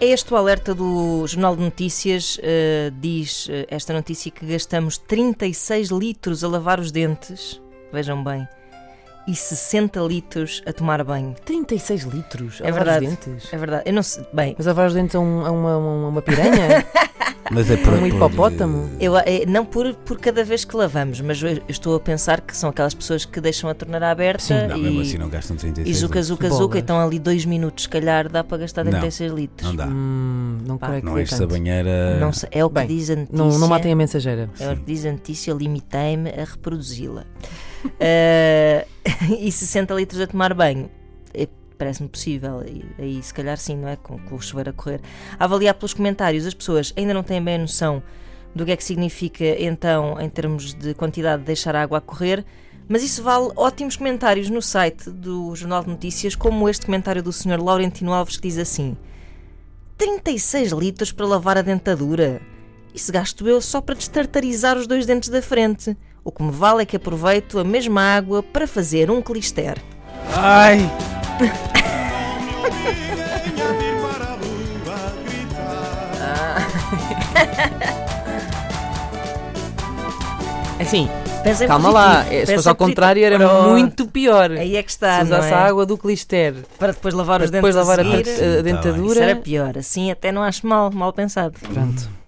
Este o alerta do Jornal de Notícias eh, diz eh, esta notícia que gastamos 36 litros a lavar os dentes, vejam bem, e 60 litros a tomar banho. 36 litros a é lavar verdade. os dentes. É verdade. Eu não sei. Bem, Mas a lavar os dentes a, um- a uma, uma, uma piranha? Mas é por, um por, hipopótamo? eu, eh, não por, por cada vez que lavamos, mas eu, eu estou a pensar que são aquelas pessoas que deixam a torneira aberta Sim, não, e, mesmo assim não gastam 36 e zuca, zuca, Bolas. zuca, e estão então ali dois minutos, se calhar dá para gastar Não. 36 litros. Não dá. Hum, não creio Ah. Não que dê enches a tanto. banheira. Não sei, é o que Bem, diz a notícia. Não, não matem a mensageira. É o que diz a notícia, limitei-me a reproduzi-la. Eh, e 60 litros a tomar banho. Eh, Parece-me possível, e- aí se calhar sim, não é? Com, com o chuveiro a correr. A avaliar pelos comentários, as pessoas ainda não têm bem a noção do que é que significa, então, em termos de quantidade, deixar a água a correr, mas isso vale ótimos comentários no site do Jornal de Notícias, como este comentário do Sr. Laurentino Alves, que diz assim: 36 litros para lavar a dentadura. Isso gasto eu só para destartarizar os dois dentes da frente. O que me vale é que aproveito a mesma água para fazer um clister. Ai! É Assim, Pensem calma positivo, lá. é, Se pensem fosse ao positivo. contrário, era Pronto. muito pior. Aí é que se está, não usasse é? a água do clister Para depois lavar para os depois dentes lavar a, a seguir. a- a Sim, tá bem. dentadura. Isso era pior. Assim até não acho mal, mal pensado. Pronto.